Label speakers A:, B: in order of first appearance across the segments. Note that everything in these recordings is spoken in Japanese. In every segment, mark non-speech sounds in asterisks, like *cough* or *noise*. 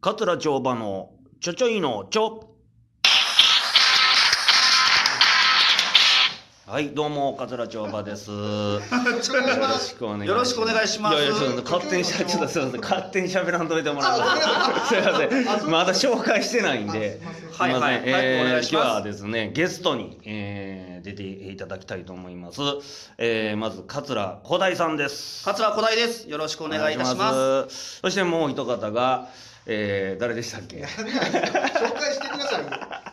A: 桂丁場のちょちょいのちょ。はい、どうも、桂丁場です。よろしくお願い
B: よろしくお願いします
A: いやいや、ちょっと勝手にしゃ、ちょっとすみま *laughs* せん、勝手に喋らんといてもらえ *laughs* ます。すみません、まだ紹介してないんで。
B: は
A: す
B: い
A: いません
B: はいはい
A: えー
B: お願いしま
A: 今
B: す
A: 日はですね、ゲストに、えー、出ていただきたいと思います。えー、まず桂小大さんです。
B: 桂小大です。よろしくお願いいたします。
A: す。そしてもう一方が、えー、誰でしたっけ？
C: 紹介してくださいよ。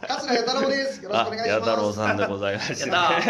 C: 桂弥太郎です。よろしくお願
A: あ
C: いします。
A: 弥太郎さんでございまして、
B: やっ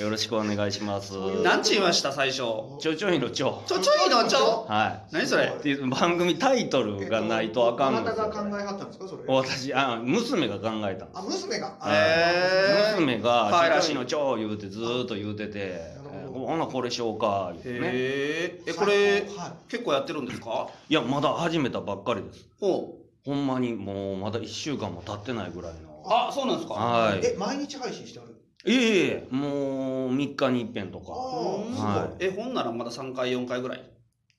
A: *laughs* よろしくお願いします。
B: なんち言いました最初。ちょ
A: ちょいちょいのちょ。
B: ちょいのちょ。
A: は
B: 何そ
A: い。
B: れ
A: っ。ていう番組タイトルがないとあかん
C: の。
A: の
C: あ
A: で
C: な
A: す
C: た
A: よ
C: が考えはったんですかそれ。
A: 私あ娘が考えたんで
C: あ
A: す。
C: 娘が。
A: はい
B: へー
A: 娘が
B: 可愛
A: 「
B: らし
A: し
B: い
A: のちょ」言うてずーっと言うてて
C: なる
A: 「
C: ほど
A: ほなこれしようか」言ってね
B: ええこれ
C: は
B: 結構やってるんですか。
A: いやまだ始めたばっかりです
B: ほう。
A: ほんまにもうまだ1週間も経ってないぐらいの
B: あそうなんですか。
A: はい
C: い。え毎日配信してある。
A: いえいえもう3日に一遍とか
B: うん
A: はい
B: え本ならまだ三回四回ぐらい。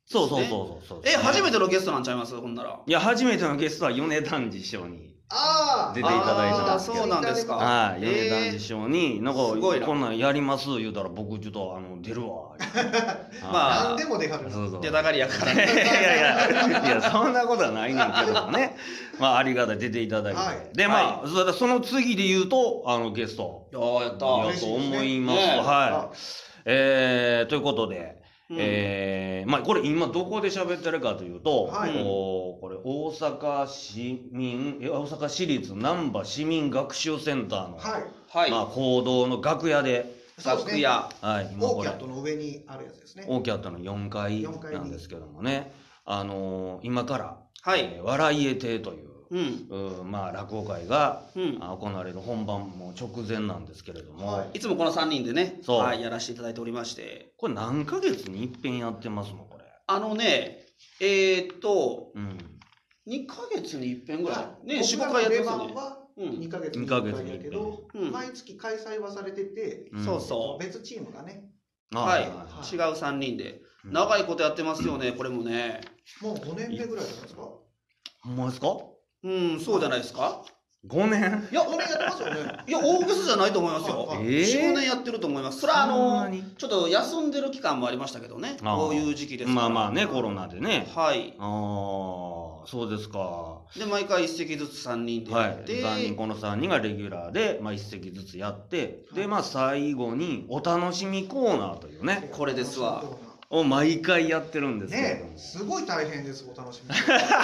A: そうそうそうそうそう
B: え初め
A: て
B: てのゲストなんちゃいますほんなら。
A: いや初めてのゲストは米團次師匠に
C: ああ。
A: 出ていただいたんですけど
B: あーそうなんですか
A: はい
B: へ
A: 米
B: ー
A: 團次師匠に「なんか
B: すごいな
A: こんなんやります」言うたら僕ちょっとあの出るわ
B: まあ
C: 何でも出はるな。
A: そうそう
B: 出たがりやか
A: *laughs*
B: ら。
A: いやいやいや、いや、そんなことはないねんけどもね。まあ、ありがたい、出ていただいて。
C: はい
A: で、まあ、それでその次で言うと、あの、ゲスト。
B: いやーやった。
A: だ
C: 嬉しいです
A: と
C: ね
A: 思います。
B: ねえ
A: は
C: あ
A: い。えーということで、
B: うん
A: えーまあ、これ今どこで喋ってるかというと、
C: はい
A: こうこれ大阪市民、え大阪市立難波市民学習センターの、
C: はい。
B: はい。
A: まあ、行動の楽屋で、
C: そうです
B: 楽
C: ね。
B: 屋。
A: はい、今
C: オー
A: こ
C: キ
A: れ
C: ャットの上にあるやつですね。
A: 大きかったの4階
C: 4階に
A: なんですけどもね、あのー今から、
B: はい。
A: えー笑いえ亭という、
B: うん。
A: うんまあ、落語会が
B: うん。
A: あ行われる本番も直前なんですけれども、
C: はい
B: いつもこの三人でね、
A: そう
B: はいやらせていただいておりまして。
A: これ何ヶ月に一遍やってますのこれ、
B: あのね、えーっと、
A: うん、
B: 2ヶ月に一遍ぐらい。ね、
C: 僕
B: 4、
C: ら
B: 5
C: の
B: 回やって
C: 出
B: ますよ
C: 番
B: ね。
C: は
B: うん
C: 2ヶ月に
A: 2ヶ
C: 1
A: 月
C: 回
A: に
C: やけ
A: 1
C: ど、
B: うん
C: 毎月開催はされてて、
A: うん
B: そうそ
C: 別チームがね、
A: う
B: はいう。
C: は
B: 違う3人で。
A: うん
B: 長いことやってますよね、これもね。
C: もう5年目ぐらいじゃないですか。
A: ほんまですか
B: うん、そうじゃないですか。
A: 5年
C: いや、5年やってますよね。
B: いや、大げさじゃないと思いますよ。
C: あ
B: 4、
C: え
B: 5年やってると思います。それはあの、ちょっと休んでる期間もありましたけどね、
A: あー
B: こういう時期ですから。
A: まあまあねコロナでね
B: はい。
A: ああそうですか
B: で、毎回1席ずつ3人で
A: は
B: や
A: い
B: って、
A: 3人この3人がレギュラーで、まあ、1席ずつやってでまあ最後にお楽しみコーナーというね
B: これですわ
A: を毎回やってるんですけれど
C: ね
A: も、
C: え、すごい大変です、お楽しみ。
B: *laughs*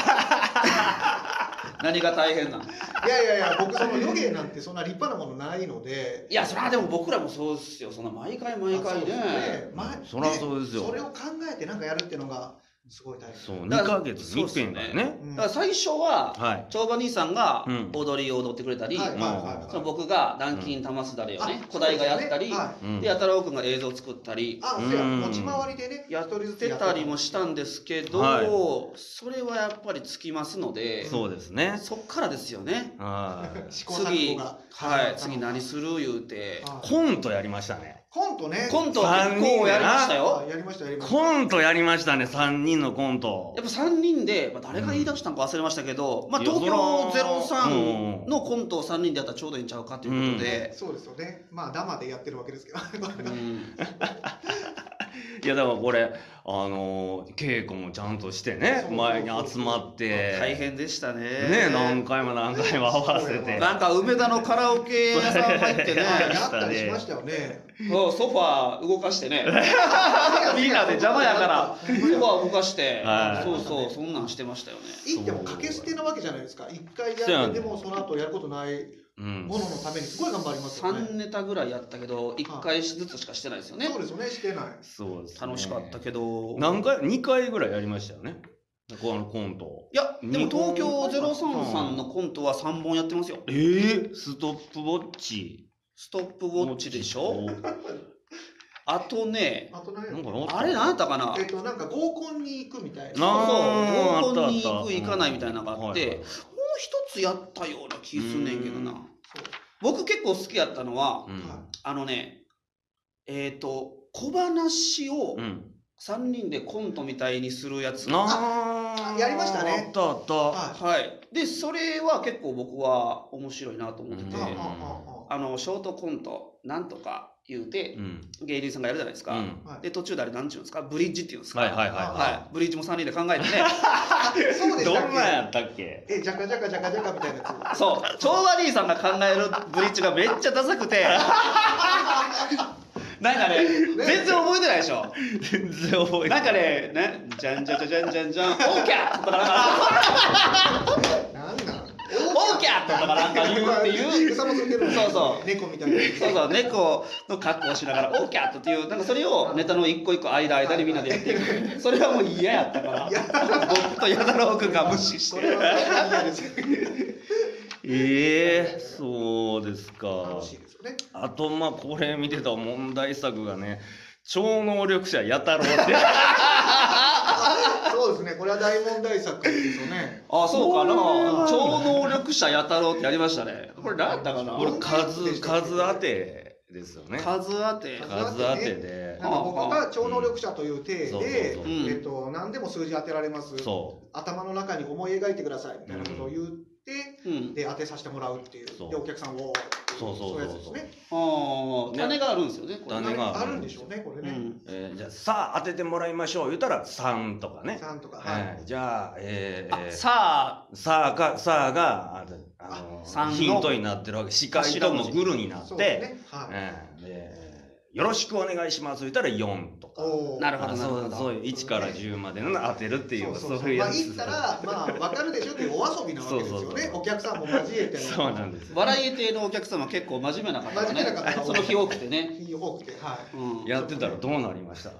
B: 何が大変なの
C: いやいやいや、僕その余芸なんてそんな立派なものないので。
B: いや、それはでも僕らもそうですよ。そんな毎回毎
C: あ
B: 回
C: そうです
B: ね。
C: まあ
A: そらそうですよ
C: それを考えてなんかやるっていうのがすごい大変。
A: そう
B: だ
A: 2
B: から
A: ヶ月に一遍だよね
C: うん
B: だから最初は、
A: はい
B: 長場兄さんが
A: うん
B: 踊りを踊ってくれたり、
C: はいはいはいはい
B: その僕が南京玉すだれをね、
C: あ
B: 小台がやったり、
C: そうですねはい
A: うん
B: で弥太郎君が映像を作ったり
C: あ、そうや、
A: うん
C: 持ち回りでね、
B: や
C: 一人ず
B: っ
C: つ
B: て
C: や
B: たりもしたんですけど、
A: はい
B: それはやっぱりつきますので
A: そうですね
B: そっからですよね *laughs*
A: はい
C: 試行錯
B: 次
C: 誤が
B: はい次
C: な
B: 何する言うて
C: コ
A: コントやりましたね
C: ントね
B: コン
C: ト
B: トは結構やりましたよ
C: やりましたやりました
A: コントやりましたね3人のコント
B: やっぱ3人で、まあ、誰が言い出したのか忘れましたけど、まあ、
A: いや
B: 東京
A: そら
B: 03のコントを3人でやったらちょうどいいんちゃうかということで、
C: そうですよねまあダマでやってるわけですけど
B: うん
A: いやだからこれあのー稽古もちゃんとしてね
C: そう
A: 前に集まって
B: 大変でしたね
A: ね何回も何回も合わせて
B: なんか梅田のカラオケ屋さん入ってね
C: *laughs* や
A: ま
C: っ
A: した
C: た
A: ね
C: りしましたよね
B: *laughs* そうソファー動かしてね *laughs* みんなで邪魔やからソファー動かして、
A: はい
B: そうそうそんなんしてましたよね
C: 行っても掛け捨てなわけじゃないですか一回
A: そうや
C: や
A: ね
C: ってでもその後やることない
A: うん
C: もののためにすごい頑張りますよね
B: 3ネタぐらいやったけど1回ずつしかしてないですよね
C: そうですよねしてない
A: そうですね
B: 楽しかったけど
A: 何回2回ぐらいやりましたよねこのコントを
B: いやでも東京03
A: うん
B: さんのコントは3本やってますよ
A: えー、ストップウォッチ
B: ストップウォッチでしょあとね
C: あと何や
A: なんか
B: あれ何やったかな
C: えっとなんか合コンに行くみたい
B: な
C: な
A: あー
B: そうそう合コンに
A: あったあった
B: 行く行かないみたいなのがあって
A: はいはい
B: もう一つやったような気すんねんけど
A: う
B: なん僕結構好きやったのは
A: うん
C: は
B: あのねえっ、と小話を
A: うん
B: 3人でコントみたいにするやつ
A: あ
C: あやりましたね
A: あったあった。
C: は
B: はいでそれは結構僕は面白いなと思って
A: う
C: い。
B: て、
A: ん
C: あああ
A: う
C: あああ
B: あのショートコントなんとか言うて
A: うん。
B: 芸人さんがやるじゃないです
A: う
B: か、
A: ん。
C: はい
B: で途中であれ何ていうんですかブリッジっていうんですか
A: はいはいはいは
B: はいブリッジも3人で考えてね
C: あそう
A: い。
C: で
A: ど
C: し
A: ん
C: た
A: な
C: っ
A: んやったっけ？
C: けえ、ジャカジャカジャカジャカみたいなやつ。
B: そう調和兄さんが考えるブリッジがめっちゃダサく
A: *laughs*
B: てなんかね全然覚えてないで
A: *laughs*
B: しょ
A: 全然覚えて
B: なんか
A: い。
B: ね、ね、じゃんじゃんじゃんじゃんじゃん、オーキャーとかなんか、
C: なんなん
B: オーキャーとかなんか言うっていう、
C: 草もついてる。
B: そうそう
C: 猫みたいな。
B: そうそう、猫の格好をしながら、オーキャーっていう、なんかそれをネタの一個一個間間にみんなでやっていく。それはもう嫌やったから
C: い、や
B: 僕と矢太郎君が無視し
C: こ
B: て
C: れ。は嫌です
A: ええそうですか
C: 楽。しいですよね。
A: あとまあこれ見てた問題作がね、超能力者やたろうって。
C: そうですね。これは大問題作ですよね。
B: あ、そうかな
A: これは。
B: 超能力者矢太郎ってやりましたね。これ何やったかな
A: これ数
C: したっけ
A: 数当てですよね。
B: 数当て。
A: 数当てで
C: な。んか僕が超能力者という体
A: そうそう
C: で
A: そう、
B: うん
C: えっと何でも数字当てられます。
A: そ
C: 頭の中に思い描いてくださいみたいなことを言って、
B: うん。
C: で当てさせてもらうっていう。
A: そう
C: でお客さんを
A: そうそうそうそう
C: いうやつですね。
B: ああ、種があるんですよね、これ
A: 種が
C: あるんでしょうねこれ
B: う
C: ね。
B: ん
A: う。えーじゃあさあ当ててもらいましょう言ったら3とかね。
C: さんとか。はい
A: えーじゃあ、えー
B: あ
A: えー
B: さ
A: さあがさあがあのあの
B: 三の
A: ヒントになってるわけしかしともグルになっ
C: そ
A: て、
C: うですね。はい。
A: えーでえーよろしくお願いします」言ったら4とか
C: おー
B: なるほど
A: あそう
B: な
A: そう1から10までの当てるっていう
C: そ
A: そう
C: そううそう
A: いう
C: ま
A: や
C: あ
A: つ
C: 行ったらまあわかるでしょっていうお遊びなわけですよね。
A: そうそうそう
C: お客さんも交えての。
A: そうなんです
B: あ、
A: よ
B: 笑い亭のお客様結構真面目な方が
C: 真面目な
B: ね
A: *laughs*
C: 方、が
B: その日多くてね。
C: いい多くてはい。
B: うん。
A: やってたらどうなりました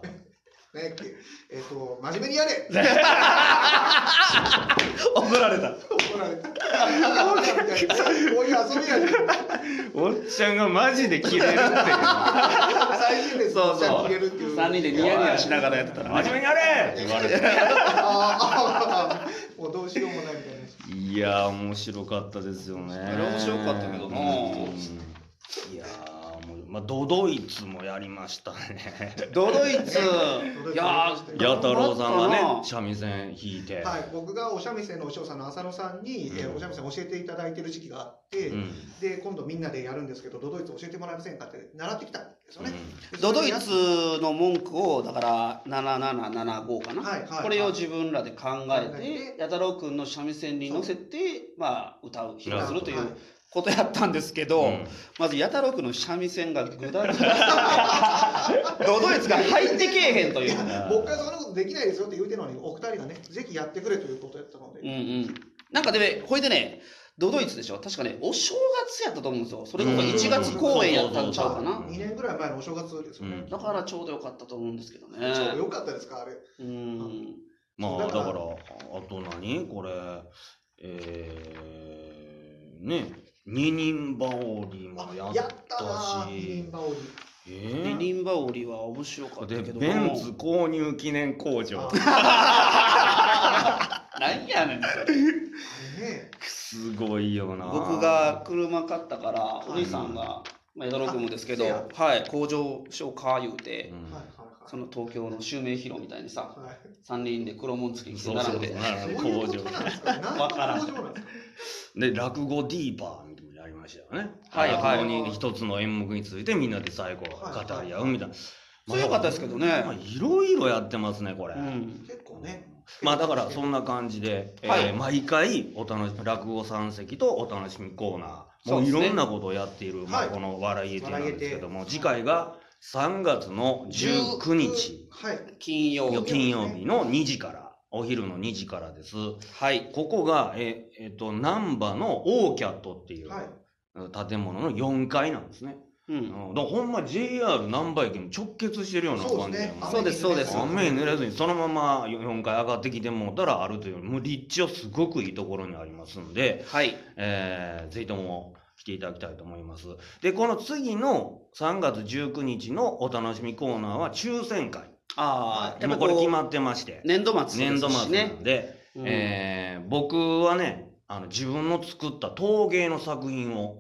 C: 何やっけえっと真面目にやれ。
A: 怒られた
C: 怒られた。怒られたみたいな。こういう遊びやで。
A: おっちゃんがマジでキレるっていう
C: 最終です。
B: そうそう
C: じゃあ切れるっていう。
B: 三人でニヤニヤしながらやってたら
A: 真面目にやれって言われて
C: あーあーもうどうしようもないみたいな。
A: いやー面白かったですよね。
B: あれ面白かったけどな
A: うんいやーもうまあドドイツもやりましたね。
B: ドドイツ
C: ドイツ
B: いやー
A: 八太郎さんが
B: 頑張
A: ね
B: っ
A: 三味線弾いて、
C: はい、僕がお三味線のお師匠さんの浅野さんに、えー
A: うん
C: お三味線教えていただいてる時期があって、
A: うん
C: で今度みんなでやるんですけどドドイツ教えてもらえませんかって習ってきたんですよね。
B: たなドドイツの文句をだから7775かな、
C: はいはいはい
B: これを自分らで考
C: 考
B: え
C: え
B: て八太郎君の三味線に乗せてまあ歌う披露するとい
C: はいう
B: ことやったんですけど、
A: うん
B: まず八太郎君の三味線が
C: *laughs*
B: ぐだぐだドドイツが入ってけえへんという。
C: 僕はそんなことできないですよって言うてるのにお二人がねぜひやってくれということやったので、
B: うんうん、なんかでねほいでねドドイツでしょ確かねお正月やったと思うんですよそれこそ1月公演やったんちゃうかな
A: うん
C: 2年ぐらい前のお正月ですよね。
A: うん
B: だからちょうどよかったと思うんですけどね
C: ちょうどよかったですかあれ。
B: うん
A: まあだ
C: だ
A: か
C: から
A: らあと何これえー、ね二人羽織もや
C: あ
A: っ
C: やったな
A: た
C: ー二
A: し
C: 輪。羽織。
A: え
B: リ
A: ー
B: リンバオリは面白かった
A: で
B: けど
A: ベンツ購入記念工場
C: ああ
B: なんやねんそれ
C: れね
A: すごいよな
B: 僕が車買ったから
C: い
B: お兄さんがまあ江戸六もですけど
C: せや
B: はい工場しようか言うて
A: うん
C: はい
B: その東京の襲名披露みたいにさ
C: はいはい。
B: 3人で黒紋付き着て
A: そうそ
B: 並
A: うん
B: で
A: 並んで
C: そういう
A: 工
C: ことなんですか。何の
B: わからん
C: 工場なんですか。
A: 場で落語ディーバーみたいなのやりましたよね
B: はいはい
A: 落語に一つの演目についてみんなで最後
C: はい
A: 語り合うみたいな
B: それ良かったですけどね
A: まあいろいろやってますねこれ、
B: うん
C: 結構ね。
A: まあだからそんな感じで、えー
B: はい
A: 毎回お楽し落語三席とお楽しみコーナー
B: そ
A: も
B: う
A: う
B: で
A: い
B: すね
A: ろんなことをやっている、まあ、
C: はい
A: この「笑い家」なんですけども
C: 笑い
A: 次
C: 家亭
A: 回が3月の19日
C: はい。
B: 金曜日
A: 金曜日の2時からお昼の2時からです。
B: はい
A: ここが、ええっと、難波のオーキャットっていう
C: はい。
A: 建物の4階なんですね。
B: うん
A: うんだからほんま JR 難波駅に直結してるような
C: そう
A: 感
C: で
A: じ
C: す
A: や
C: ね
A: な。
B: そうですそうです
A: 雨に濡れずにそのまま4階上がってきてもうたらあるというもう立地はすごくいいところにありますんで、
B: はい
A: えーぜひとも来ていただきたいと思いますでこの次の3月19日のお楽しみコーナーは抽選会
B: ああ、やっ
A: も
B: ぱ
A: うこれ決
B: う
A: まってまして
B: 年度末で
A: 年
B: す
A: 度
B: し
A: 末な
B: ね。
A: んで、
B: うん
A: えー僕はねあの自分の作った陶芸の作品を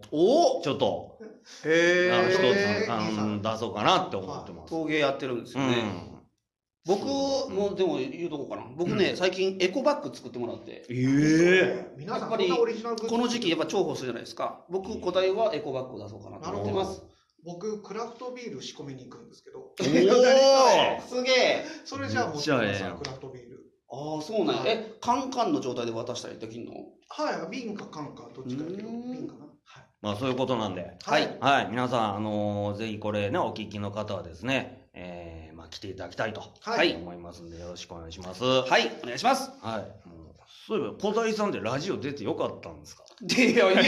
A: ちょっとあの一
C: ー
A: つあの
C: いいさ
A: 出そうかなって思ってます。
B: 陶芸やってるんです
A: う
B: よ
A: ん
B: ね。僕
A: そう
B: もでも言うとこうかな僕ね、最近エコバッグ作ってもらって
A: え
B: やっ
C: 皆さんこ
B: ぱ
C: ん
B: り
C: なオリジナルグッズ
B: この時期やっぱ重宝するじゃないですか僕古代はエコバッグを出そうかなと思ってます
C: 僕クラフトビール仕込みに行くんですけど
A: おー
B: *laughs* すげえ
C: それじゃあもう
A: めっちゃええやん
C: クラフトビール
B: ああそうなんやえカンカンの状態で渡したりできんの
C: はい瓶か缶かどっちかやけど
B: うん
C: 瓶かなはい
A: まあそういうことなんで。
B: はい
A: はい、皆さん、あのーぜひこれね、お聞きの方はですね、えー、まあ来ていただきたいと、
C: はい
A: 思いますんで、よろしくお願いします。は
B: はいお願いします *laughs*
A: い。もうそういえば、小田井さんってラジオ出てよかったんですか
B: でいやい
A: *laughs*
B: いで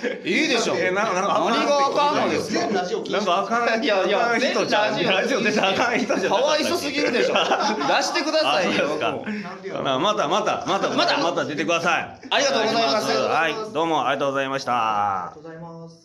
B: しょいいでしょ
A: えななんか
B: 何があかんのですか
C: 全ラジオ聞いて
A: なんかあかん、
B: いやいや
A: あかん人じゃん
B: 全ラ
A: ラ
B: ジ
A: ジ
B: オ
A: オ
B: 出
A: 出
B: て
A: てあかん人じゃ
B: か
A: な
B: わ
A: っ
B: い
A: た
B: そ
A: っけ
B: すぎるでしょ出してください
A: あそうで
B: よ
A: すか
B: もう
C: なんでや
A: だ
C: ろう
A: からまたまたまたまた
B: また
A: また出てください。
B: ありがとうございま
C: ありがとうございます
A: はい、どうもありがとうございました
C: ありがと。うございます